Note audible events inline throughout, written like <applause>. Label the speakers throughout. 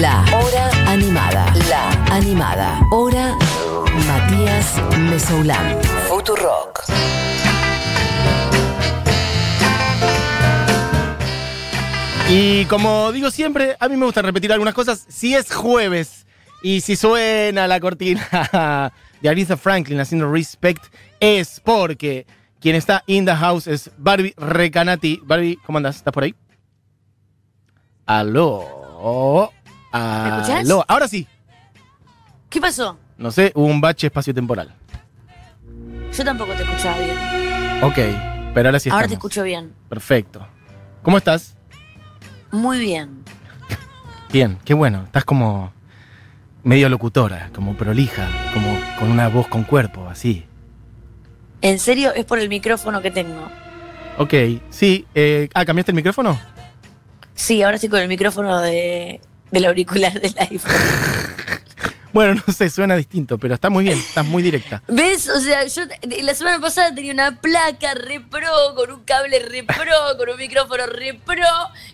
Speaker 1: La Hora Animada. La Animada. Hora Matías Mesoulán. Futurock.
Speaker 2: Y como digo siempre, a mí me gusta repetir algunas cosas. Si es jueves y si suena la cortina <laughs> de Aretha Franklin haciendo Respect, es porque quien está in the house es Barbie Recanati. Barbie, ¿cómo andás? ¿Estás por ahí? Aló.
Speaker 3: escuchás?
Speaker 2: Aló. Ahora sí.
Speaker 3: ¿Qué pasó?
Speaker 2: No sé, hubo un bache espacio-temporal.
Speaker 3: Yo tampoco te escuchaba bien.
Speaker 2: Ok, pero ahora sí
Speaker 3: Ahora te
Speaker 2: estamos.
Speaker 3: escucho bien.
Speaker 2: Perfecto. ¿Cómo estás?
Speaker 3: Muy bien.
Speaker 2: Bien, qué bueno. Estás como medio locutora, como prolija, como con una voz con cuerpo, así.
Speaker 3: En serio, es por el micrófono que tengo.
Speaker 2: Ok, sí. eh, ah, ¿cambiaste el micrófono?
Speaker 3: Sí, ahora estoy con el micrófono de, del auricular del iPhone.
Speaker 2: <laughs> Bueno, no sé, suena distinto, pero está muy bien, estás muy directa.
Speaker 3: ¿Ves? O sea, yo te- la semana pasada tenía una placa repro, con un cable repro, con un micrófono repro,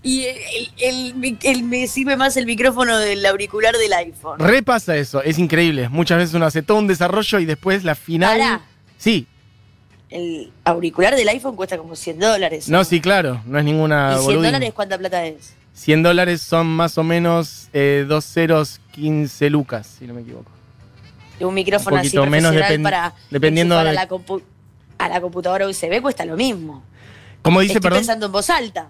Speaker 3: y el, el, mi- el- me sirve más el micrófono del auricular del iPhone.
Speaker 2: Repasa eso, es increíble. Muchas veces uno hace todo un desarrollo y después la final.
Speaker 3: Pará.
Speaker 2: Sí,
Speaker 3: El auricular del iPhone cuesta como 100 dólares.
Speaker 2: no, sí, claro, no es
Speaker 3: ¿Y
Speaker 2: ninguna
Speaker 3: 100
Speaker 2: boludín.
Speaker 3: dólares cuánta plata es?
Speaker 2: 100 dólares son más o menos eh, dos ceros 15 lucas, si no me equivoco.
Speaker 3: Y un micrófono
Speaker 2: Un
Speaker 3: así
Speaker 2: poquito menos
Speaker 3: profesional
Speaker 2: depend-
Speaker 3: para
Speaker 2: dependiendo
Speaker 3: enchufar
Speaker 2: de-
Speaker 3: a, la compu- a la computadora USB cuesta lo mismo.
Speaker 2: Como dice,
Speaker 3: Estoy
Speaker 2: perdón.
Speaker 3: pensando en voz alta.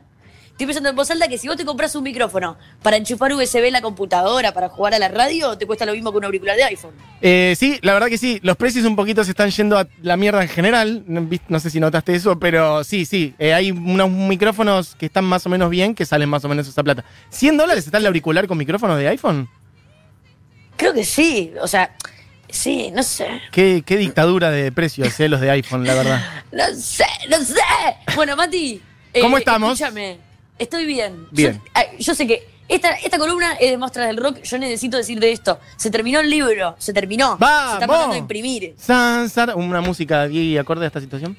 Speaker 3: Estoy pensando en voz alta que si vos te compras un micrófono para enchufar USB en la computadora, para jugar a la radio, te cuesta lo mismo que un auricular de iPhone.
Speaker 2: Eh, sí, la verdad que sí. Los precios un poquito se están yendo a la mierda en general. No, vis- no sé si notaste eso, pero sí, sí. Eh, hay unos micrófonos que están más o menos bien, que salen más o menos esa plata. ¿100 dólares está el auricular con micrófonos de iPhone?
Speaker 3: Creo que sí, o sea, sí, no sé,
Speaker 2: Qué, qué dictadura de precios, eh, los de iPhone, la
Speaker 3: <laughs>
Speaker 2: verdad.
Speaker 3: no sé, no sé. Bueno, Mati, eh,
Speaker 2: ¿Cómo estamos?
Speaker 3: Escúchame, estoy bien.
Speaker 2: Bien.
Speaker 3: Yo, ay, yo sé que esta, esta columna es de Mostras del Rock, yo necesito decir de esto. Se terminó el libro, se terminó. Se
Speaker 2: ¡Vamos!
Speaker 3: está mandando a imprimir.
Speaker 2: San, san, una música y acorde a esta situación.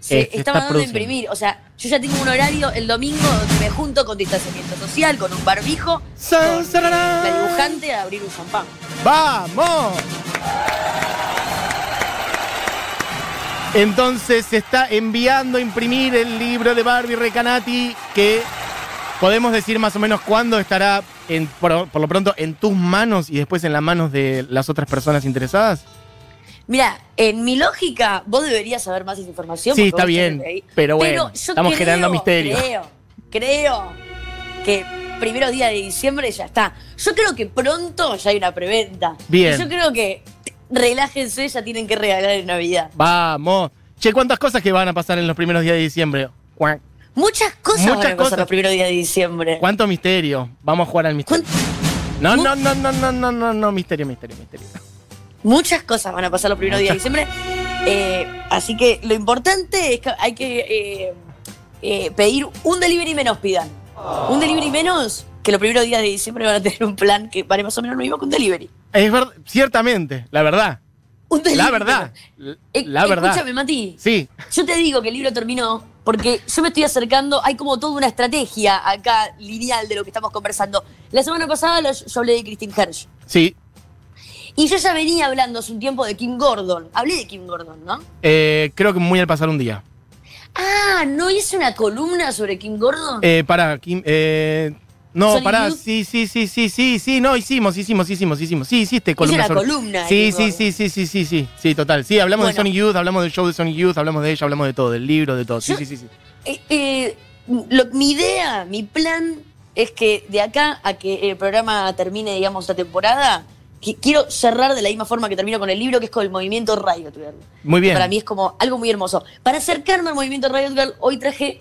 Speaker 3: Se
Speaker 2: Este, está
Speaker 3: está mandando Eh, a
Speaker 2: produciendo.
Speaker 3: imprimir. O sea, yo ya tengo un horario el domingo donde me junto con distanciamiento social, con un barbijo,
Speaker 2: San,
Speaker 3: con
Speaker 2: sarará.
Speaker 3: la dibujante a abrir un champán.
Speaker 2: ¡Vamos! Entonces se está enviando a imprimir el libro de Barbie Recanati que podemos decir más o menos cuándo estará, en- por, por lo pronto, en tus manos y después en las manos de las otras personas interesadas.
Speaker 3: Mira, en mi lógica, vos deberías saber más esa información.
Speaker 2: Sí,
Speaker 3: porque
Speaker 2: está
Speaker 3: vos
Speaker 2: bien,
Speaker 3: estás ahí.
Speaker 2: pero bueno,
Speaker 3: yo
Speaker 2: estamos
Speaker 3: creo,
Speaker 2: generando misterio.
Speaker 3: Creo, creo que primero día de diciembre ya está. Yo creo que pronto ya hay una preventa.
Speaker 2: Bien.
Speaker 3: Y Yo creo que relájense, ya tienen que regalar en Navidad.
Speaker 2: ¡Vamos! Che, ¿cuántas cosas que van a pasar en los primeros días de diciembre? Cuac.
Speaker 3: Muchas cosas
Speaker 2: Muchas
Speaker 3: van a
Speaker 2: cosas.
Speaker 3: pasar los primeros días de diciembre.
Speaker 2: ¿Cuánto misterio? Vamos a jugar al misterio.
Speaker 3: ¿Cuánto?
Speaker 2: No, no, no, no, no, no, no, no, misterio, misterio, misterio.
Speaker 3: Muchas cosas van a pasar los primeros días de diciembre. Eh, así que lo importante es que hay que eh, eh, pedir un delivery menos, pidan. Un delivery menos, que los primeros días de diciembre van a tener un plan que vale más o menos lo mismo que un delivery.
Speaker 2: Es verdad, ciertamente, la verdad.
Speaker 3: Un delivery <laughs>
Speaker 2: La verdad.
Speaker 3: menos. Eh,
Speaker 2: La verdad.
Speaker 3: Escúchame, Mati.
Speaker 2: Sí,
Speaker 3: Yo te digo que el libro terminó porque yo me estoy acercando, hay como toda una estrategia acá lineal de lo que estamos conversando. La semana pasada lo- yo hablé de Christine Hirsch.
Speaker 2: sí.
Speaker 3: Y yo ya venía hablando hace un tiempo de Kim Gordon. Hablé de Kim Gordon, ¿no?
Speaker 2: Eh, creo que muy al pasar un día.
Speaker 3: Ah, ¿no hice una columna sobre Kim Gordon?
Speaker 2: Eh, pará, Kim. eh, no,
Speaker 3: Sonic
Speaker 2: pará.
Speaker 3: Youth.
Speaker 2: Sí, sí, sí, sí, sí, sí. No, hicimos, hicimos, hicimos, hicimos. Sí, hiciste columna.
Speaker 3: una
Speaker 2: sobre-
Speaker 3: columna de
Speaker 2: Sí,
Speaker 3: Kim
Speaker 2: sí,
Speaker 3: Gordon.
Speaker 2: sí, sí, sí, sí, sí. Sí, total. Sí, hablamos de
Speaker 3: Bueno.
Speaker 2: Sonic Youth, hablamos del show de Sonic Youth, hablamos de ella, hablamos de todo, del libro, de todo. Sí,
Speaker 3: Yo-
Speaker 2: sí, sí, sí.
Speaker 3: Eh, eh, lo- mi idea, mi plan es que de acá a que el programa termine, digamos, la temporada, qui- quiero cerrar de la misma forma que termino con el libro, que es con el movimiento Riot Girl.
Speaker 2: Muy bien.
Speaker 3: Para mí es como algo muy hermoso. Para acercarme al movimiento Riot Girl, hoy traje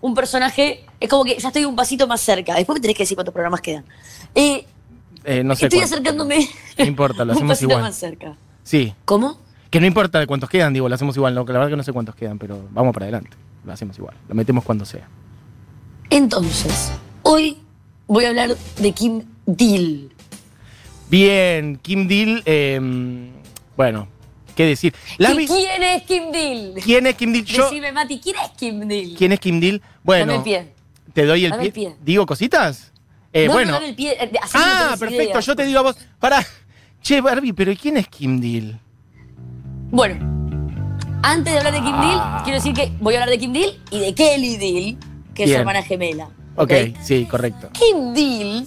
Speaker 3: un personaje, es como que ya estoy un pasito más cerca. Después me tenés que decir cuántos programas quedan. Eh,
Speaker 2: Eh, no sé
Speaker 3: estoy
Speaker 2: cuánto.
Speaker 3: acercándome
Speaker 2: No importa, lo
Speaker 3: <laughs> un
Speaker 2: hacemos
Speaker 3: pasito
Speaker 2: igual.
Speaker 3: más cerca.
Speaker 2: Sí.
Speaker 3: ¿Cómo?
Speaker 2: Que no importa de cuántos quedan, digo, lo hacemos igual. No, que la verdad que no sé cuántos quedan, pero vamos para adelante. Lo hacemos igual. Lo metemos cuando sea.
Speaker 3: Entonces, hoy voy a hablar de Kim Deal.
Speaker 2: Bien, Kim Deal. eh, bueno, ¿qué decir? ¿La vi-
Speaker 3: ¿Quién es Kim Deal?
Speaker 2: ¿Quién es Kim Deal? Yo-
Speaker 3: Decime, Mati, ¿quién es Kim Deal?
Speaker 2: ¿Quién es Kim Deal?
Speaker 3: Dame
Speaker 2: Bueno,
Speaker 3: el pie.
Speaker 2: te doy el
Speaker 3: Dame
Speaker 2: pie.
Speaker 3: el pie.
Speaker 2: ¿Digo cositas? Eh,
Speaker 3: No,
Speaker 2: bueno.
Speaker 3: no, no, el pie, eh, así no
Speaker 2: ah,
Speaker 3: tenés
Speaker 2: perfecto.
Speaker 3: idea.
Speaker 2: Yo te digo a vos, para. Che, Barbie, pero ¿quién es Kim Deal?
Speaker 3: Bueno, antes de hablar de Kim
Speaker 2: Ah.
Speaker 3: Deal, quiero decir que voy a hablar de Kim Deal y de Kelly Deal, que
Speaker 2: Bien.
Speaker 3: es su hermana gemela.
Speaker 2: Ok, sí, correcto.
Speaker 3: Kim Deal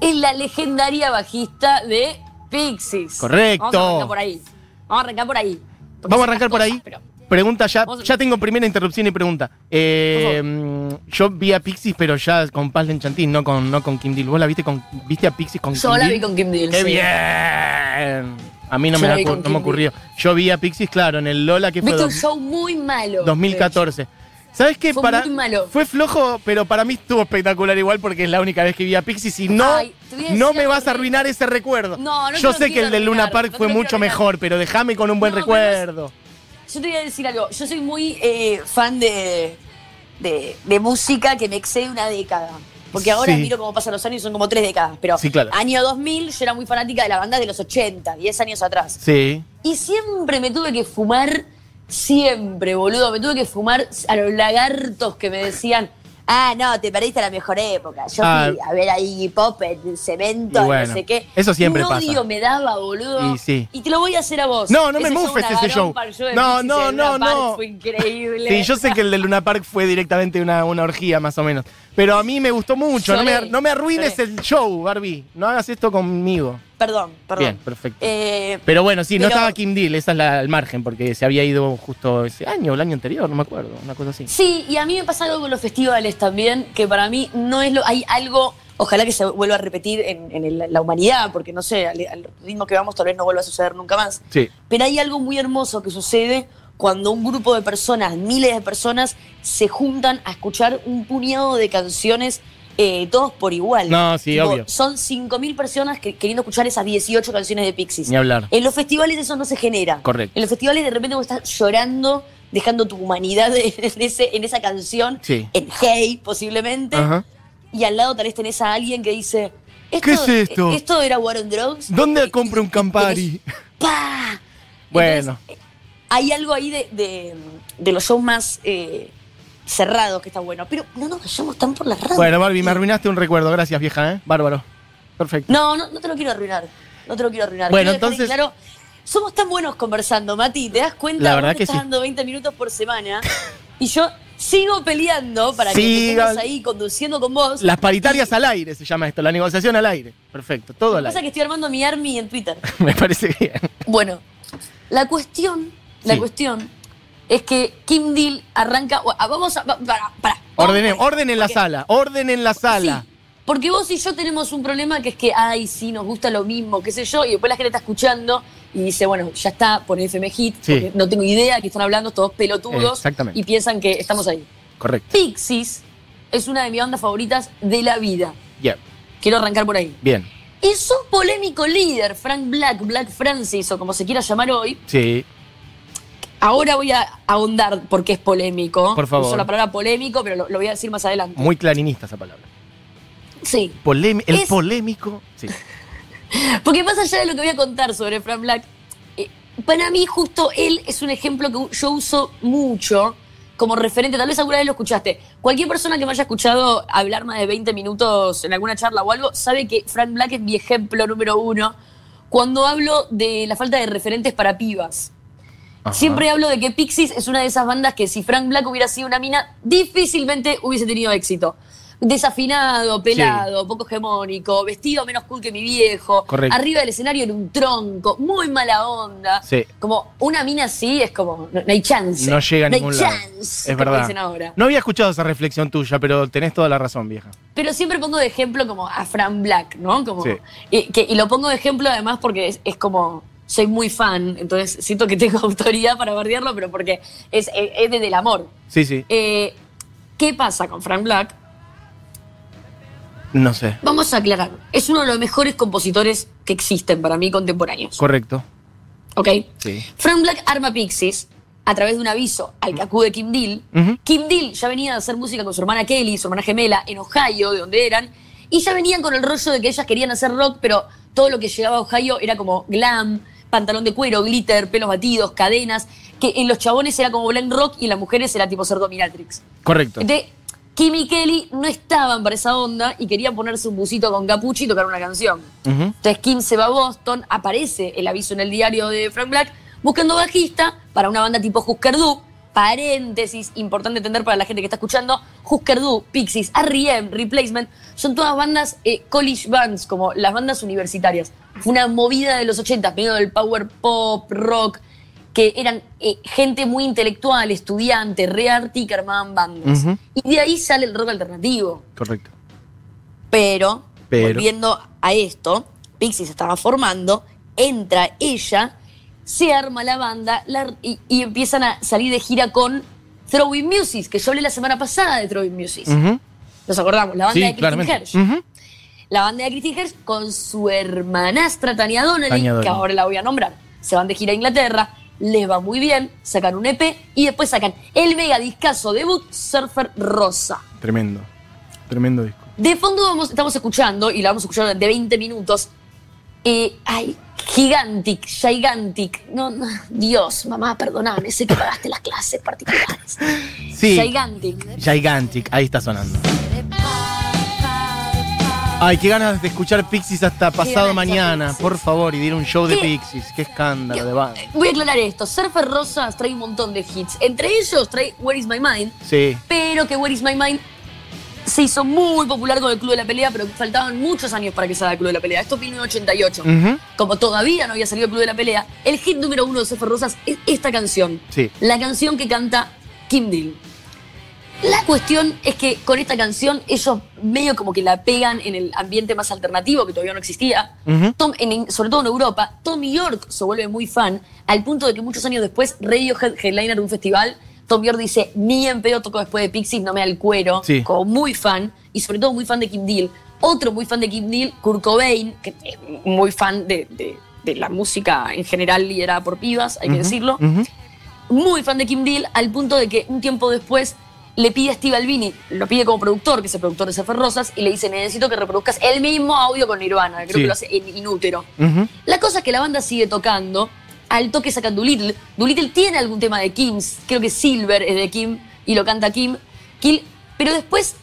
Speaker 3: es la legendaria bajista de Pixies.
Speaker 2: Correcto.
Speaker 3: Vamos a arrancar por ahí. Vamos a arrancar por ahí. Porque
Speaker 2: Vamos a
Speaker 3: sé
Speaker 2: arrancar por
Speaker 3: cosas,
Speaker 2: ahí.
Speaker 3: pero-
Speaker 2: Pregunta ya.
Speaker 3: Vos-
Speaker 2: Ya tengo primera interrupción y pregunta. Eh, mm, yo vi a Pixies, pero ya con Paz Lenchantín, no con, no con Kim Deal. ¿Vos la viste con, viste a Pixies con
Speaker 3: Yo
Speaker 2: Kim
Speaker 3: la
Speaker 2: Deal?
Speaker 3: vi con Kim Deal.
Speaker 2: ¡Qué
Speaker 3: sí.
Speaker 2: bien! A mí no
Speaker 3: Yo
Speaker 2: me,
Speaker 3: la
Speaker 2: la
Speaker 3: vi
Speaker 2: cu-
Speaker 3: con
Speaker 2: no me
Speaker 3: Kim
Speaker 2: ocurrió. Yo vi a Pixies, claro, en el Lola, que fue
Speaker 3: Viste un
Speaker 2: dos-
Speaker 3: show muy malo.
Speaker 2: 2014. ¿Sabes qué?
Speaker 3: Fue
Speaker 2: para,
Speaker 3: muy malo.
Speaker 2: Fue flojo, pero para mí estuvo espectacular igual porque es la única vez que vi a Pixies y no,
Speaker 3: Ay, te voy a decir
Speaker 2: no me
Speaker 3: algo
Speaker 2: vas a
Speaker 3: horrible.
Speaker 2: arruinar ese recuerdo.
Speaker 3: No, no te
Speaker 2: Yo
Speaker 3: lo
Speaker 2: sé que
Speaker 3: quiero
Speaker 2: el de Luna
Speaker 3: arruinar,
Speaker 2: Park
Speaker 3: no te
Speaker 2: fue
Speaker 3: lo
Speaker 2: mucho
Speaker 3: quiero arruinar.
Speaker 2: mejor, pero déjame con un buen
Speaker 3: No, pero es-
Speaker 2: recuerdo.
Speaker 3: Eh, Yo te voy a decir algo. Yo soy muy eh, fan de, de, de música que me excede una década. Porque ahora
Speaker 2: Sí.
Speaker 3: miro cómo pasan los años y son como tres décadas. Pero
Speaker 2: Sí, claro.
Speaker 3: año 2000 yo era muy fanática de la banda de los 80, 10 años atrás.
Speaker 2: Sí.
Speaker 3: Y siempre me tuve que fumar, siempre, boludo, me tuve que fumar a los lagartos que me decían, ah, no, te perdiste la mejor época. Yo
Speaker 2: Ah.
Speaker 3: fui a ver a Iggy Pop en cemento,
Speaker 2: Y
Speaker 3: a
Speaker 2: bueno,
Speaker 3: no sé qué.
Speaker 2: eso siempre
Speaker 3: Un
Speaker 2: pasa.
Speaker 3: odio me daba, boludo.
Speaker 2: Y sí.
Speaker 3: te lo voy a hacer a vos.
Speaker 2: No, no me
Speaker 3: Ese show
Speaker 2: mufes
Speaker 3: en
Speaker 2: ese
Speaker 3: Agarón
Speaker 2: show.
Speaker 3: Park, yo de
Speaker 2: No,
Speaker 3: Pixies
Speaker 2: no,
Speaker 3: en Luna
Speaker 2: no,
Speaker 3: Park,
Speaker 2: no.
Speaker 3: Fue increíble.
Speaker 2: Sí, yo sé que el de Luna Park fue directamente una, una orgía, más o menos. Pero a mí me gustó mucho. No me,
Speaker 3: Lloré,
Speaker 2: no me arruines
Speaker 3: lloré.
Speaker 2: el show, Barbie. No hagas esto conmigo.
Speaker 3: Perdón, perdón.
Speaker 2: Bien, perfecto.
Speaker 3: Eh,
Speaker 2: Pero bueno, sí, no
Speaker 3: Pero-
Speaker 2: estaba Kim Deal, esa es la, el margen, porque se había ido justo ese año, o el año anterior, no me acuerdo, una cosa así.
Speaker 3: Sí, y a mí me pasa algo con los festivales también, que para mí no es lo. Hay algo, ojalá que se vuelva a repetir en, en el- la humanidad, porque no sé, al, al ritmo que vamos tal vez no vuelva a suceder nunca más.
Speaker 2: Sí.
Speaker 3: Pero hay algo muy hermoso que sucede cuando un grupo de personas, miles de personas, se juntan a escuchar un puñado de canciones. eh, todos por igual.
Speaker 2: No, sí, obvio.
Speaker 3: Son 5.000 personas que, queriendo escuchar esas 18 canciones de Pixies.
Speaker 2: Ni hablar.
Speaker 3: En los festivales eso no se genera.
Speaker 2: Correcto.
Speaker 3: En los festivales de repente vos estás llorando, dejando tu humanidad <laughs> en, ese, en esa canción,
Speaker 2: Sí.
Speaker 3: en Hey posiblemente,
Speaker 2: Ajá.
Speaker 3: y al lado tal vez tenés a alguien que dice, ¿Esto,
Speaker 2: ¿Qué es esto?
Speaker 3: eh, ¿Esto era War on Drugs? Eh,
Speaker 2: ¿Dónde compro un Campari?
Speaker 3: <laughs> ¡Pah!
Speaker 2: <laughs> Bueno.
Speaker 3: Entonces, eh, hay algo ahí de, de- de los shows más eh, cerrados que está bueno, pero no nos vayamos tan por las ramas.
Speaker 2: Bueno, Barbie, me arruinaste un recuerdo, gracias vieja, ¿eh? Bárbaro. Perfecto.
Speaker 3: No, no, no te lo quiero arruinar. No te lo quiero arruinar.
Speaker 2: Bueno,
Speaker 3: Quiero dejar en
Speaker 2: entonces-
Speaker 3: Claro, somos tan buenos conversando, Mati. ¿Te das cuenta?
Speaker 2: La
Speaker 3: Vos
Speaker 2: verdad
Speaker 3: me
Speaker 2: que
Speaker 3: estás
Speaker 2: sí.
Speaker 3: dando 20 minutos por semana y yo sigo peleando para que
Speaker 2: Siga-
Speaker 3: estemos ahí conduciendo con vos.
Speaker 2: Las paritarias al aire se llama esto, la negociación al aire. Perfecto, todo
Speaker 3: Lo que
Speaker 2: al
Speaker 3: pasa es
Speaker 2: aire.
Speaker 3: que estoy armando mi army en Twitter.
Speaker 2: <laughs> Me parece bien.
Speaker 3: Bueno, la cuestión, la
Speaker 2: Sí.
Speaker 3: cuestión es que Kim Deal arranca. ah, Vamos a. va- Para, para, vamos
Speaker 2: Ordenen,
Speaker 3: por ahí,
Speaker 2: orden en la
Speaker 3: porque-
Speaker 2: sala, orden en la sala.
Speaker 3: Sí, porque vos y yo tenemos un problema que es que, ay, sí, nos gusta lo mismo, qué sé yo, y después la gente está escuchando y dice, bueno, ya está, pon FM Hit,
Speaker 2: Sí.
Speaker 3: porque no tengo idea de qué están hablando, todos pelotudos,
Speaker 2: Exactamente.
Speaker 3: y piensan que estamos ahí.
Speaker 2: Correcto.
Speaker 3: Pixies es una de mis bandas favoritas de la vida.
Speaker 2: Bien,
Speaker 3: Quiero arrancar por ahí.
Speaker 2: bien.
Speaker 3: Y su polémico líder, Frank Black, Black Francis, o como se quiera llamar hoy,
Speaker 2: Sí,
Speaker 3: ahora voy a ahondar porque es polémico.
Speaker 2: Por favor.
Speaker 3: Uso la palabra polémico, pero lo, lo voy a decir más adelante.
Speaker 2: muy clarinista esa palabra.
Speaker 3: Sí.
Speaker 2: Polemi- el
Speaker 3: Es-
Speaker 2: polémico. Sí.
Speaker 3: Porque más allá de lo que voy a contar sobre Frank Black, eh, para mí justo él es un ejemplo que yo uso mucho como referente, tal vez alguna vez lo escuchaste. Cualquier persona que me haya escuchado hablar más de 20 minutos en alguna charla o algo, sabe que Frank Black es mi ejemplo número uno cuando hablo de la falta de referentes para pibas.
Speaker 2: Ajá.
Speaker 3: Siempre hablo de que Pixies es una de esas bandas que si Frank Black hubiera sido una mina, difícilmente hubiese tenido éxito. Desafinado, pelado, poco hegemónico, vestido menos cool que mi viejo,
Speaker 2: Correcto.
Speaker 3: arriba del escenario en un tronco, muy mala onda.
Speaker 2: Sí.
Speaker 3: Como una mina así es como, no, no hay chance.
Speaker 2: No llega a
Speaker 3: No hay
Speaker 2: ningún lado.
Speaker 3: chance,
Speaker 2: Es
Speaker 3: como
Speaker 2: verdad.
Speaker 3: dicen ahora.
Speaker 2: No había escuchado esa reflexión tuya, pero tenés toda la razón, vieja.
Speaker 3: Pero siempre pongo de ejemplo como a Fran Black, ¿no? Como,
Speaker 2: Sí.
Speaker 3: y, que- y lo pongo de ejemplo además porque es, es como, soy muy fan, entonces siento que tengo <laughs> autoridad para bardearlo, pero porque es, es, es desde el amor.
Speaker 2: Sí, sí.
Speaker 3: Eh, ¿Qué pasa con Frank Black?
Speaker 2: No sé.
Speaker 3: Vamos a aclarar, es uno de los mejores compositores que existen para mí contemporáneos.
Speaker 2: Correcto.
Speaker 3: ¿Ok?
Speaker 2: Sí.
Speaker 3: Frank Black arma Pixies a través de un aviso al que acude Kim Deal.
Speaker 2: Ujú.
Speaker 3: Kim Deal ya venía a hacer música con su hermana Kelly, su hermana gemela, en Ohio, de donde eran, y ya venían con el rollo de que ellas querían hacer rock, pero todo lo que llegaba a Ohio era como glam, pantalón de cuero, glitter, pelos batidos, cadenas, que en los chabones era como glam rock y en las mujeres era tipo ser dominatrix.
Speaker 2: Correcto.
Speaker 3: Entonces, Kim y Kelly no estaban para esa onda y querían ponerse un busito con Capuchi y tocar una canción.
Speaker 2: Ujú.
Speaker 3: Entonces Kim se va a Boston, aparece el aviso en el diario de Frank Black, buscando bajista para una banda tipo Husker Du. Paréntesis, importante entender para la gente que está escuchando, Husker Du, Pixies, R.E.M., Replacement, son todas bandas eh, college bands, como las bandas universitarias. Fue una movida de los 80, medio del power pop, rock, que eran eh, gente muy intelectual, estudiante, re arty, que armaban bandas.
Speaker 2: Ujú.
Speaker 3: Y de ahí sale el rock alternativo.
Speaker 2: Correcto.
Speaker 3: Pero,
Speaker 2: Pero.
Speaker 3: volviendo a esto, Pixie se estaba formando, entra ella, se arma la banda la- y, y empiezan a salir de gira con Throwing Music, que yo hablé la semana pasada de Throwing Music.
Speaker 2: Ujú.
Speaker 3: Nos acordamos, la banda
Speaker 2: Sí,
Speaker 3: de Christine
Speaker 2: claramente.
Speaker 3: Hirsch.
Speaker 2: Ujú.
Speaker 3: La banda de Christine Hirsch con su hermanastra Tania Donnelly,
Speaker 2: Tania Donnelly.
Speaker 3: que ahora la voy a nombrar. Se van de gira a Inglaterra, les va muy bien, sacan un EP y después sacan el mega discazo debut Surfer Rosa.
Speaker 2: Tremendo. Tremendo disco.
Speaker 3: De fondo vamos- estamos escuchando, y la vamos a escuchar durante 20 minutos. eh, ay, Gigantic, Gigantic. No, no, Dios, mamá, perdóname, sé que pagaste las clases particulares.
Speaker 2: <laughs> Sí.
Speaker 3: Gigantic.
Speaker 2: Gigantic, ahí está sonando. Ay, qué ganas de escuchar Pixies hasta pasado
Speaker 3: ganas de escuchar
Speaker 2: mañana,
Speaker 3: Pixies.
Speaker 2: por favor, y de ir a un show de
Speaker 3: ¿Qué?
Speaker 2: Pixies. Qué escándalo de banda.
Speaker 3: Voy a aclarar esto. Surfer Rosas trae un montón de hits. Entre ellos trae Where is My Mind,
Speaker 2: Sí,
Speaker 3: pero que Where is My Mind se hizo muy popular con el Club de la Pelea, pero faltaban muchos años para que salga el Club de la Pelea. Esto vino en 88.
Speaker 2: Ujú.
Speaker 3: Como todavía no había salido el Club de la Pelea, el hit número uno de Surfer Rosas es esta canción.
Speaker 2: sí.
Speaker 3: la canción que canta Kim Deal. La cuestión es que con esta canción ellos medio como que la pegan en el ambiente más alternativo que todavía no existía.
Speaker 2: Ujú.
Speaker 3: Tom- en- sobre todo en Europa, Tommy York se vuelve muy fan al punto de que muchos años después Radiohead headliner de un festival, Tom York dice, ni en pedo toco después de Pixies, no me da el cuero,
Speaker 2: Sí.
Speaker 3: como muy fan y sobre todo muy fan de Kim Deal. Otro muy fan de Kim Deal, Kurt Cobain, que es muy fan de, de- de la música en general liderada por pibas, hay que decirlo
Speaker 2: Ujú.
Speaker 3: muy fan de Kim Deal, al punto de que un tiempo después le pide a Steve Albini, lo pide como productor, que es el productor de Sefer Rosas, y le dice, necesito que reproduzcas el mismo audio con Nirvana, creo
Speaker 2: Sí.
Speaker 3: que lo hace en Inútero.
Speaker 2: Ujú.
Speaker 3: La cosa es que la banda sigue tocando, al toque sacan Doolittle, Doolittle tiene algún tema de Kim, creo que Silver es de Kim, y lo canta Kim, Kill, pero después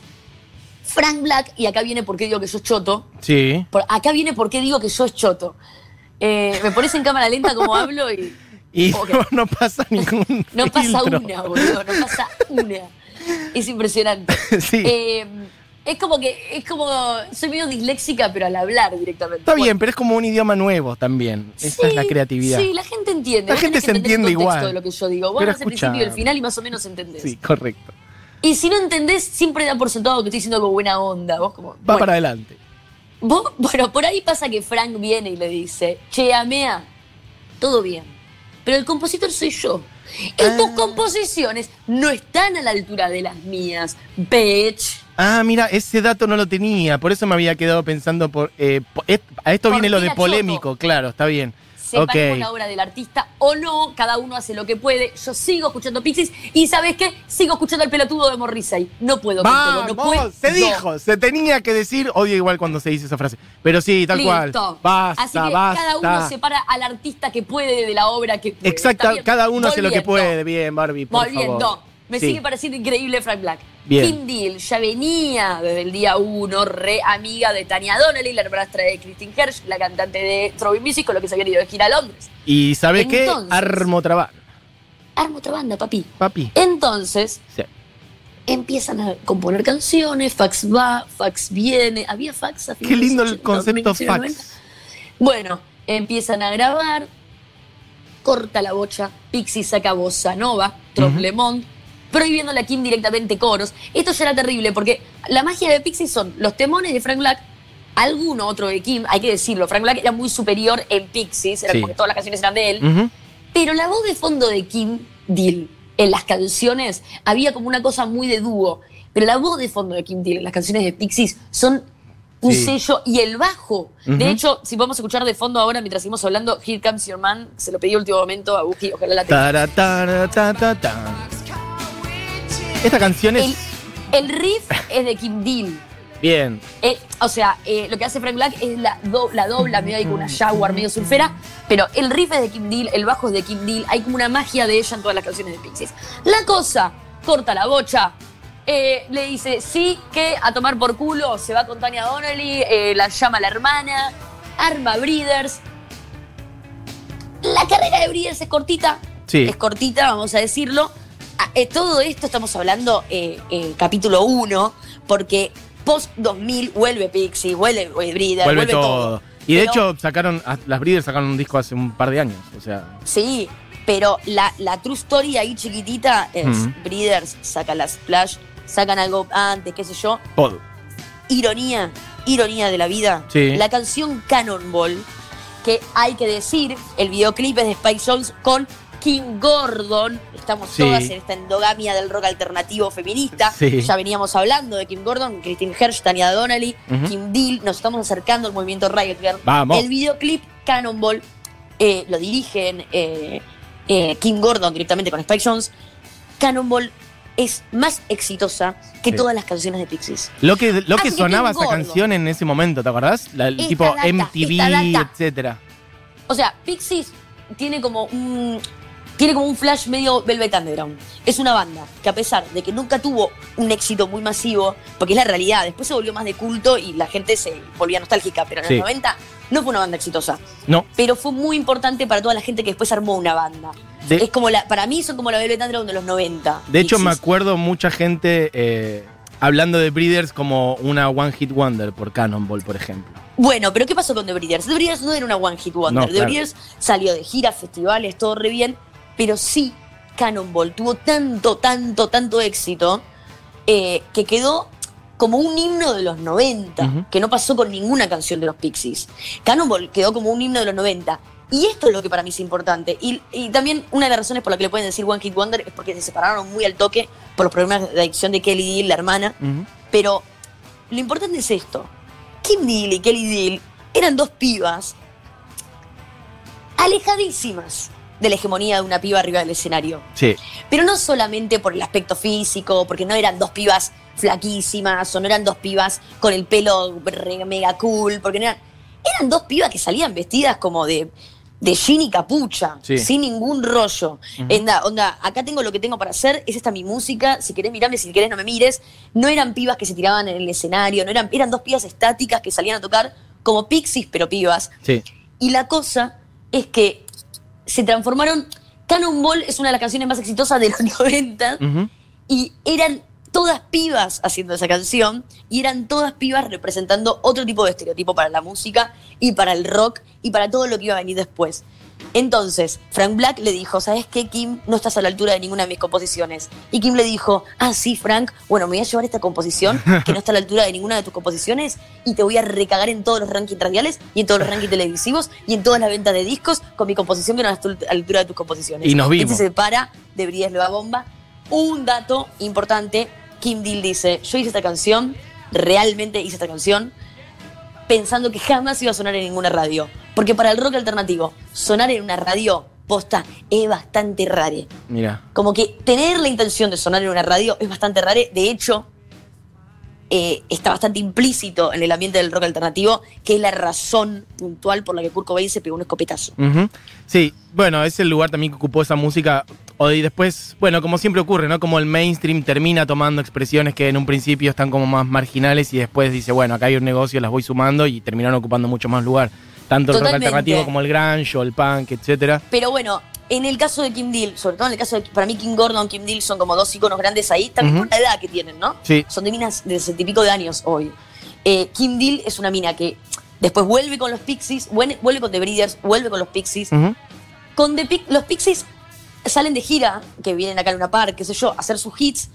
Speaker 3: Frank Black, y acá viene porque digo que yo choto,
Speaker 2: Sí.
Speaker 3: por- acá viene porque digo que yo es choto. Eh, me pones en cámara lenta como hablo y...
Speaker 2: <laughs> Y
Speaker 3: Ok.
Speaker 2: no pasa ningún.
Speaker 3: No pasa
Speaker 2: filtro.
Speaker 3: una, boludo, no pasa una. Es impresionante.
Speaker 2: <laughs> Sí.
Speaker 3: Eh, es como que, es como, soy medio disléxica, pero al hablar directamente.
Speaker 2: Está
Speaker 3: Bueno,
Speaker 2: bien, pero es como un idioma nuevo también. Esa es la
Speaker 3: sí,
Speaker 2: creatividad.
Speaker 3: Sí, la gente entiende.
Speaker 2: La
Speaker 3: Vos
Speaker 2: gente
Speaker 3: tenés
Speaker 2: se
Speaker 3: que entender el
Speaker 2: entiende
Speaker 3: contexto
Speaker 2: igual.
Speaker 3: de lo que yo digo. Vos
Speaker 2: Pero
Speaker 3: vas al principio y el
Speaker 2: escuchá.
Speaker 3: final y más o menos entendés.
Speaker 2: Sí, correcto.
Speaker 3: Y si no entendés, siempre da por sentado que estoy diciendo con buena onda. Vos como,
Speaker 2: Va
Speaker 3: bueno,
Speaker 2: para adelante.
Speaker 3: Vos- <laughs> bueno, por ahí pasa que Frank viene y le dice, che, Amea, todo bien, pero el compositor soy yo. Y
Speaker 2: Ah.
Speaker 3: tus composiciones no están a la altura de las mías, bitch.
Speaker 2: Ah, mira, ese dato no lo tenía, por eso me había quedado pensando por... eh, po- et- a esto
Speaker 3: ¿Por
Speaker 2: viene
Speaker 3: qué
Speaker 2: lo de
Speaker 3: era
Speaker 2: polémico,
Speaker 3: choto?
Speaker 2: claro, está bien.
Speaker 3: Se
Speaker 2: Ok.
Speaker 3: parece la obra del artista o no, cada uno hace lo que puede. Yo sigo escuchando Pixies y ¿sabes qué? Sigo escuchando el pelotudo de Morrissey. No puedo con todo, no puedo.
Speaker 2: Vamos, se dijo, se tenía que decir, odio igual cuando se dice esa frase, pero sí, tal cual.
Speaker 3: Listo.
Speaker 2: Basta,
Speaker 3: Así que
Speaker 2: basta.
Speaker 3: cada uno separa al artista que puede de la obra que puede. ¿Está
Speaker 2: Exacta,
Speaker 3: bien?
Speaker 2: cada uno hace lo que
Speaker 3: Volviendo.
Speaker 2: puede, bien, Barbie, por
Speaker 3: Volviendo.
Speaker 2: favor.
Speaker 3: Me
Speaker 2: Sí.
Speaker 3: sigue pareciendo increíble Frank Black.
Speaker 2: Bien.
Speaker 3: Kim Deal ya venía desde el día uno, re amiga de Tania Donnelly, la hermanastra de Christine Hirsch, la cantante de Throwing Music, con lo que se habían ido de gira a Londres.
Speaker 2: Y ¿sabes qué?
Speaker 3: Entonces-
Speaker 2: Armo trabajo,
Speaker 3: Arma otra banda, papi.
Speaker 2: papi.
Speaker 3: Entonces
Speaker 2: Sí.
Speaker 3: empiezan a componer canciones, fax va, fax viene. Había fax a
Speaker 2: Qué
Speaker 3: finales
Speaker 2: lindo el
Speaker 3: 80,
Speaker 2: concepto
Speaker 3: 1990.
Speaker 2: fax.
Speaker 3: Bueno, empiezan a grabar, corta la bocha, Pixie saca bossa nova, Tromlemont, prohibiéndole a Kim directamente coros. Esto ya era terrible porque la magia de Pixie son los temones de Frank Black, alguno otro de Kim, hay que decirlo, Frank Black era muy superior en Pixies, era
Speaker 2: Sí.
Speaker 3: porque todas las canciones eran de él,
Speaker 2: Ujú.
Speaker 3: pero la voz de fondo de Kim Deal en las canciones había como una cosa muy de dúo. Pero la voz de fondo de Kim Deal en las canciones de Pixies son un
Speaker 2: Sí.
Speaker 3: sello y el bajo.
Speaker 2: Ujú.
Speaker 3: De hecho, si podemos escuchar de fondo ahora mientras seguimos hablando, Here Comes Your Man, se lo pedí a último momento a Buki, ojalá la tenga.
Speaker 2: Tara, tara, ta, ta, ta. Esta canción
Speaker 3: El,
Speaker 2: es
Speaker 3: el riff es de Kim Deal.
Speaker 2: bien.
Speaker 3: Eh, o sea, eh, lo que hace Frank Black es la, do- la dobla, medio ahí con una jaguar, medio surfera, pero el riff es de Kim Deal, el bajo es de Kim Deal, hay como una magia de ella en todas las canciones de Pixies. La cosa, corta la bocha, eh, le dice sí que a tomar por culo se va con Tania Donnelly, eh, la llama la hermana, arma Breeders. La carrera de Breeders es cortita,
Speaker 2: Sí.
Speaker 3: es cortita, vamos a decirlo. Ah, eh, todo esto estamos hablando eh, eh, capítulo 1, porque post 2000 vuelve Pixie, vuelve, vuelve Breeders,
Speaker 2: Vuelve,
Speaker 3: vuelve,
Speaker 2: todo. Y de
Speaker 3: Pero-
Speaker 2: hecho, sacaron, a- las Breeders sacaron un disco hace un par de años. O sea,
Speaker 3: Sí, pero la, la true story ahí chiquitita es
Speaker 2: Mm.
Speaker 3: Breeders saca la Splash, sacan algo antes, qué sé yo.
Speaker 2: todo.
Speaker 3: Ironía, ironía de la vida.
Speaker 2: Sí.
Speaker 3: La canción Cannonball, que hay que decir, el videoclip es de Spike Jones con Kim Gordon. Estamos
Speaker 2: Sí.
Speaker 3: todas en esta endogamia del rock alternativo feminista.
Speaker 2: Sí.
Speaker 3: Ya veníamos hablando de Kim Gordon, Christine Hirsch, Tania Donnelly,
Speaker 2: Ujú.
Speaker 3: Kim Deal. Nos estamos acercando al movimiento Riot Girl.
Speaker 2: Vamos.
Speaker 3: El videoclip Cannonball eh, lo dirigen eh, eh, Kim Gordon directamente con Spike Jones. Cannonball es más exitosa que
Speaker 2: Sí.
Speaker 3: todas las canciones de Pixies.
Speaker 2: Lo que, lo que
Speaker 3: Así que
Speaker 2: sonaba
Speaker 3: King
Speaker 2: esa
Speaker 3: Gordo.
Speaker 2: canción en ese momento, ¿te acordás? La- el
Speaker 3: Esta
Speaker 2: tipo
Speaker 3: data, esta
Speaker 2: MTV,
Speaker 3: data.
Speaker 2: etcétera.
Speaker 3: O sea, Pixies tiene como un. Tiene como un flash medio Velvet Underground. Es una banda que a pesar de que nunca tuvo un éxito muy masivo, porque es la realidad, después se volvió más de culto y la gente se volvía nostálgica, pero en
Speaker 2: Sí.
Speaker 3: los 90 no fue una banda exitosa.
Speaker 2: No,
Speaker 3: Pero fue muy importante para toda la gente que después armó una banda.
Speaker 2: De-
Speaker 3: es como la, para mí son como la Velvet Underground de los 90.
Speaker 2: de hecho me
Speaker 3: Pixies.
Speaker 2: acuerdo mucha gente eh, hablando de Breeders como una One Hit Wonder por Cannonball, por ejemplo.
Speaker 3: Bueno, pero ¿qué pasó con The Breeders? The Breeders no era una one hit wonder.
Speaker 2: No,
Speaker 3: The
Speaker 2: claro.
Speaker 3: Breeders salió de giras, festivales, todo re bien, pero sí Cannonball tuvo tanto, tanto, tanto éxito eh, que quedó como un himno de los 90,
Speaker 2: Ujú.
Speaker 3: que no pasó con ninguna canción de los Pixies. Cannonball quedó como un himno de los 90. Y esto es lo que para mí es importante. Y, y también una de las razones por la que le pueden decir One Hit Wonder es porque se separaron muy al toque por los problemas de adicción de Kelly Deal, la hermana.
Speaker 2: Ujú.
Speaker 3: Pero lo importante es esto. Kim Deal y Kelly Deal eran dos pibas alejadísimas de la hegemonía de una piba arriba del escenario.
Speaker 2: Sí,
Speaker 3: Pero no solamente por el aspecto físico, porque no eran dos pibas flaquísimas o no eran dos pibas con el pelo re- mega cool, porque no eran, eran dos pibas que salían vestidas como de, de jean y capucha,
Speaker 2: Sí.
Speaker 3: sin ningún rollo. Enda- onda, acá tengo lo que tengo para hacer, es esta mi música, si querés mirame, si querés no me mires. No eran pibas que se tiraban en el escenario, no eran, eran dos pibas estáticas que salían a tocar como pixies, pero pibas.
Speaker 2: sí.
Speaker 3: Y la cosa es que se transformaron. Cannonball es una de las canciones más exitosas de los <laughs> 90
Speaker 2: Ujú.
Speaker 3: y eran todas pibas haciendo esa canción y eran todas pibas representando otro tipo de estereotipo para la música y para el rock y para todo lo que iba a venir después. Entonces, Frank Black le dijo, ¿sabes qué, Kim? No estás a la altura de ninguna de mis composiciones. Y Kim le dijo, ah, sí, Frank, bueno, me voy a llevar esta composición que no está a la altura de ninguna de tus composiciones y te voy a recagar en todos los rankings radiales y en todos los rankings televisivos y en todas las ventas de discos con mi composición que no está a la altura de tus composiciones.
Speaker 2: Y nos vimos.
Speaker 3: Este se para de Brías Nueva Bomba. Un dato importante, Kim Deal dice, yo hice esta canción, realmente hice esta canción, pensando que jamás iba a sonar en ninguna radio. Porque para el rock alternativo, sonar en una radio posta es bastante rare.
Speaker 2: Mira.
Speaker 3: Como que tener la intención de sonar en una radio es bastante rare. De hecho, eh, está bastante implícito en el ambiente del rock alternativo, que es la razón puntual por la que Kurt Cobain se pegó un escopetazo.
Speaker 2: Ujú. Sí, bueno, es el lugar también que ocupó esa música. O- Y después, bueno, como siempre ocurre, ¿no? Como el mainstream termina tomando expresiones que en un principio están como más marginales y después dice, bueno, acá hay un negocio, las voy sumando y terminaron ocupando mucho más lugar. Tanto el rock
Speaker 3: Totalmente.
Speaker 2: alternativo como el grunge o el punk, etcétera.
Speaker 3: Pero bueno, en el caso de Kim Deal, sobre todo en el caso de, para mí, Kim Gordon, Kim Deal son como dos iconos grandes ahí, también
Speaker 2: Ujú.
Speaker 3: por la edad que tienen, ¿no?
Speaker 2: Sí.
Speaker 3: Son de minas de sesenta y pico de años hoy. Eh, Kim Deal es una mina que después vuelve con los Pixies, vuelve vuelve con The Breeders, vuelve con los Pixies.
Speaker 2: Ujú.
Speaker 3: Con The Pic- los Pixies salen de gira, que vienen acá en una par, qué sé yo, a hacer sus hits.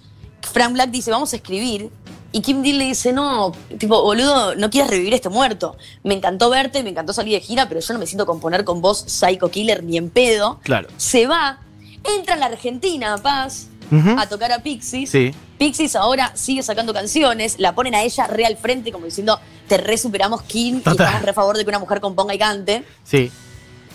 Speaker 3: Frank Black dice, vamos a escribir. Y Kim Deal le dice, no, tipo, boludo, no quieras revivir este muerto. Me encantó verte, me encantó salir de gira, pero yo no me siento componer con vos, Psycho Killer, ni en pedo.
Speaker 2: Claro.
Speaker 3: Se va, entra a la Argentina, Paz,
Speaker 2: Ujú.
Speaker 3: a tocar a Pixies.
Speaker 2: Sí.
Speaker 3: Pixies ahora sigue sacando canciones, la ponen a ella re al frente, como diciendo, te re superamos, Kim, y
Speaker 2: Total.
Speaker 3: estamos re a favor de que una mujer componga y cante.
Speaker 2: Sí.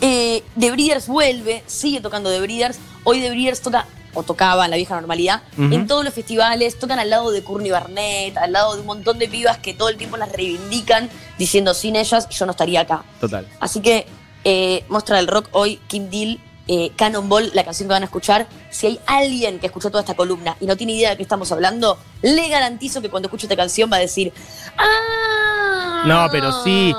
Speaker 3: Eh, The Breeders vuelve, sigue tocando The Breeders. Hoy The Breeders toca, o tocaba en la vieja normalidad,
Speaker 2: Ujú.
Speaker 3: en todos los festivales, tocan al lado de Courtney Barnett, al lado de un montón de pibas que todo el tiempo las reivindican, diciendo sin ellas yo no estaría acá.
Speaker 2: Total.
Speaker 3: Así que, eh, muestra del rock hoy, Kim Deal eh, Cannonball, la canción que van a escuchar. Si hay alguien que escuchó toda esta columna y no tiene idea de qué estamos hablando, le garantizo que cuando escuche esta canción va a decir. ¡Ah!
Speaker 2: No, pero sí.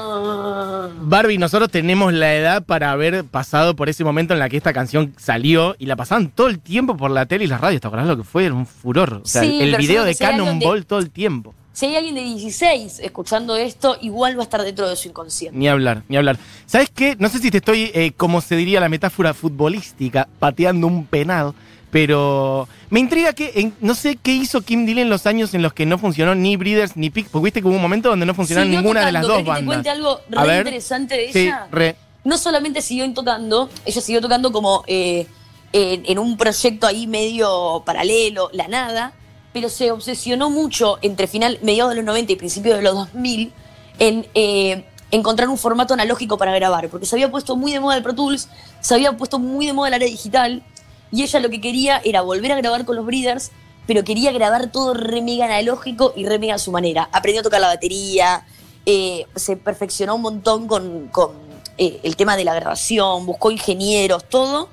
Speaker 2: Barbie, nosotros tenemos la edad para haber pasado por ese momento en la que esta canción salió y la pasaban todo el tiempo por la tele y las radios. ¿Te acordás lo que fue? Era un furor. O sea,
Speaker 3: Sí,
Speaker 2: el video
Speaker 3: pero yo creo que
Speaker 2: de
Speaker 3: si hay algo
Speaker 2: Cannonball
Speaker 3: de-
Speaker 2: todo el tiempo.
Speaker 3: Si hay alguien de 16 escuchando esto, igual va a estar dentro de su inconsciente.
Speaker 2: Ni hablar, ni hablar. ¿Sabes qué? No sé si te estoy, eh, como se diría la metáfora futbolística, pateando un penado, pero me intriga que en- no sé qué hizo Kim Deal en los años en los que no funcionó ni Breeders ni Pick, porque viste que hubo un momento donde no funcionaron
Speaker 3: Siguió
Speaker 2: ninguna de las dos
Speaker 3: tocando. ¿Querés que
Speaker 2: bandas.
Speaker 3: te cuente
Speaker 2: A
Speaker 3: algo re
Speaker 2: ver.
Speaker 3: interesante de
Speaker 2: Sí,
Speaker 3: ella?
Speaker 2: re.
Speaker 3: no solamente siguió tocando, ella siguió tocando como eh, en, en un proyecto ahí medio paralelo, la nada, pero se obsesionó mucho entre final, mediados de los 90 y principios de los 2000 en eh, encontrar un formato analógico para grabar, porque se había puesto muy de moda el Pro Tools, se había puesto muy de moda el área digital, y ella lo que quería era volver a grabar con los Breeders, pero quería grabar todo re mega analógico y re mega a su manera. Aprendió a tocar la batería, eh, se perfeccionó un montón con, con, eh, el tema de la grabación, buscó ingenieros, todo.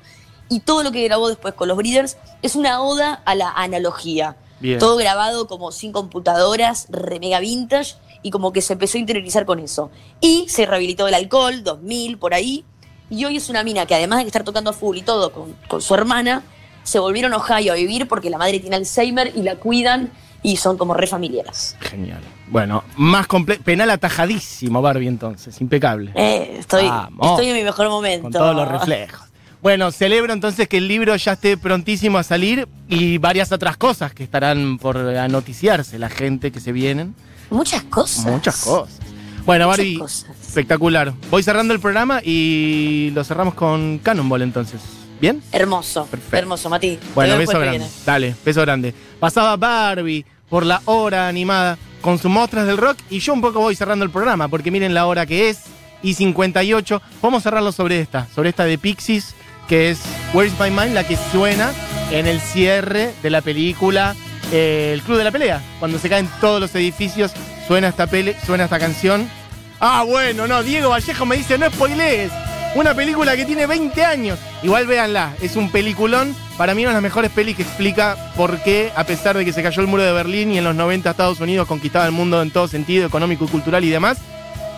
Speaker 3: Y todo lo que grabó después con los Breeders es una oda a la analogía.
Speaker 2: Bien.
Speaker 3: Todo grabado como sin computadoras, re mega vintage, y como que se empezó a interiorizar con eso. Y se rehabilitó del alcohol, 2000, por ahí. Y hoy es una mina que además de estar tocando a full y todo con, con su hermana, se volvieron a Ohio a vivir porque la madre tiene Alzheimer y la cuidan y son como re familiares.
Speaker 2: Genial. Bueno, más comple- penal atajadísimo, Barbie, entonces. Impecable.
Speaker 3: Eh, estoy,
Speaker 2: Vamos.
Speaker 3: estoy en mi mejor momento.
Speaker 2: Con todos los reflejos. Bueno, celebro entonces que el libro ya esté prontísimo a salir y varias otras cosas que estarán por eh, noticiarse la gente que se vienen.
Speaker 3: Muchas cosas.
Speaker 2: Muchas cosas. Bueno,
Speaker 3: Muchas
Speaker 2: Barbie,
Speaker 3: cosas.
Speaker 2: espectacular. Voy cerrando el programa y lo cerramos con Cannonball entonces. ¿Bien?
Speaker 3: Hermoso.
Speaker 2: Perfecto.
Speaker 3: Hermoso, Mati. Te
Speaker 2: Bueno,
Speaker 3: veo
Speaker 2: beso
Speaker 3: después
Speaker 2: grande.
Speaker 3: que viene.
Speaker 2: Dale, beso grande. Pasaba Barbie por la hora animada con sus mostras del rock y yo un poco voy cerrando el programa porque miren la hora que es y 58. Vamos a cerrarlo sobre esta, sobre esta de Pixies que es Where's My Mind, la que suena en el cierre de la película eh, El Club de la Pelea. Cuando se caen todos los edificios, suena esta, pele, suena esta canción. Ah, bueno, no, Diego Vallejo me dice, no spoilees. Una película que tiene 20 años. Igual véanla, es un peliculón. Para mí una de las mejores pelis que explica por qué, a pesar de que se cayó el muro de Berlín y en los 90 Estados Unidos conquistaba el mundo en todo sentido, económico y cultural y demás,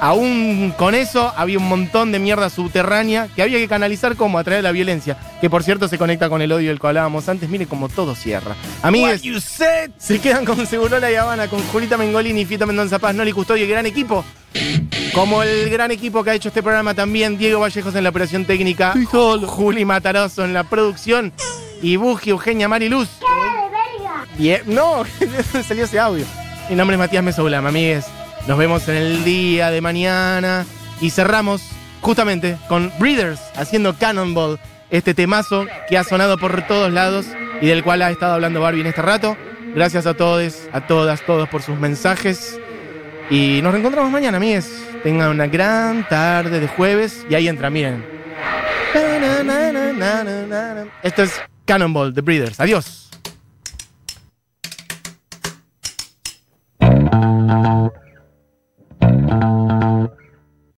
Speaker 2: aún con eso había un montón de mierda subterránea que había que canalizar como a través de la violencia, que por cierto se conecta con el odio del que hablábamos antes. Miren cómo todo cierra. Amigues, se quedan con Segurola y Habana, con Julita Mengolini, Fito Mendonza Paz, Noli Custodio y gran equipo. Como el gran equipo que ha hecho este programa también, Diego Vallejos en la operación técnica, Juli Matarazzo en la producción y Buji Eugenia Mariluz. Y, eh, no, <laughs> salió ese audio. Mi nombre es Matías Mesoulama, amigues. Nos vemos en el día de mañana y cerramos justamente con Breeders haciendo Cannonball, este temazo que ha sonado por todos lados y del cual ha estado hablando Barbie en este rato. Gracias a todos, a todas, todos por sus mensajes. Y nos reencontramos mañana, amigues. Tengan una gran tarde de jueves. Y ahí entra, miren. Na, na, na, na, na, na, na. Esto es Cannonball, The Breeders. Adiós.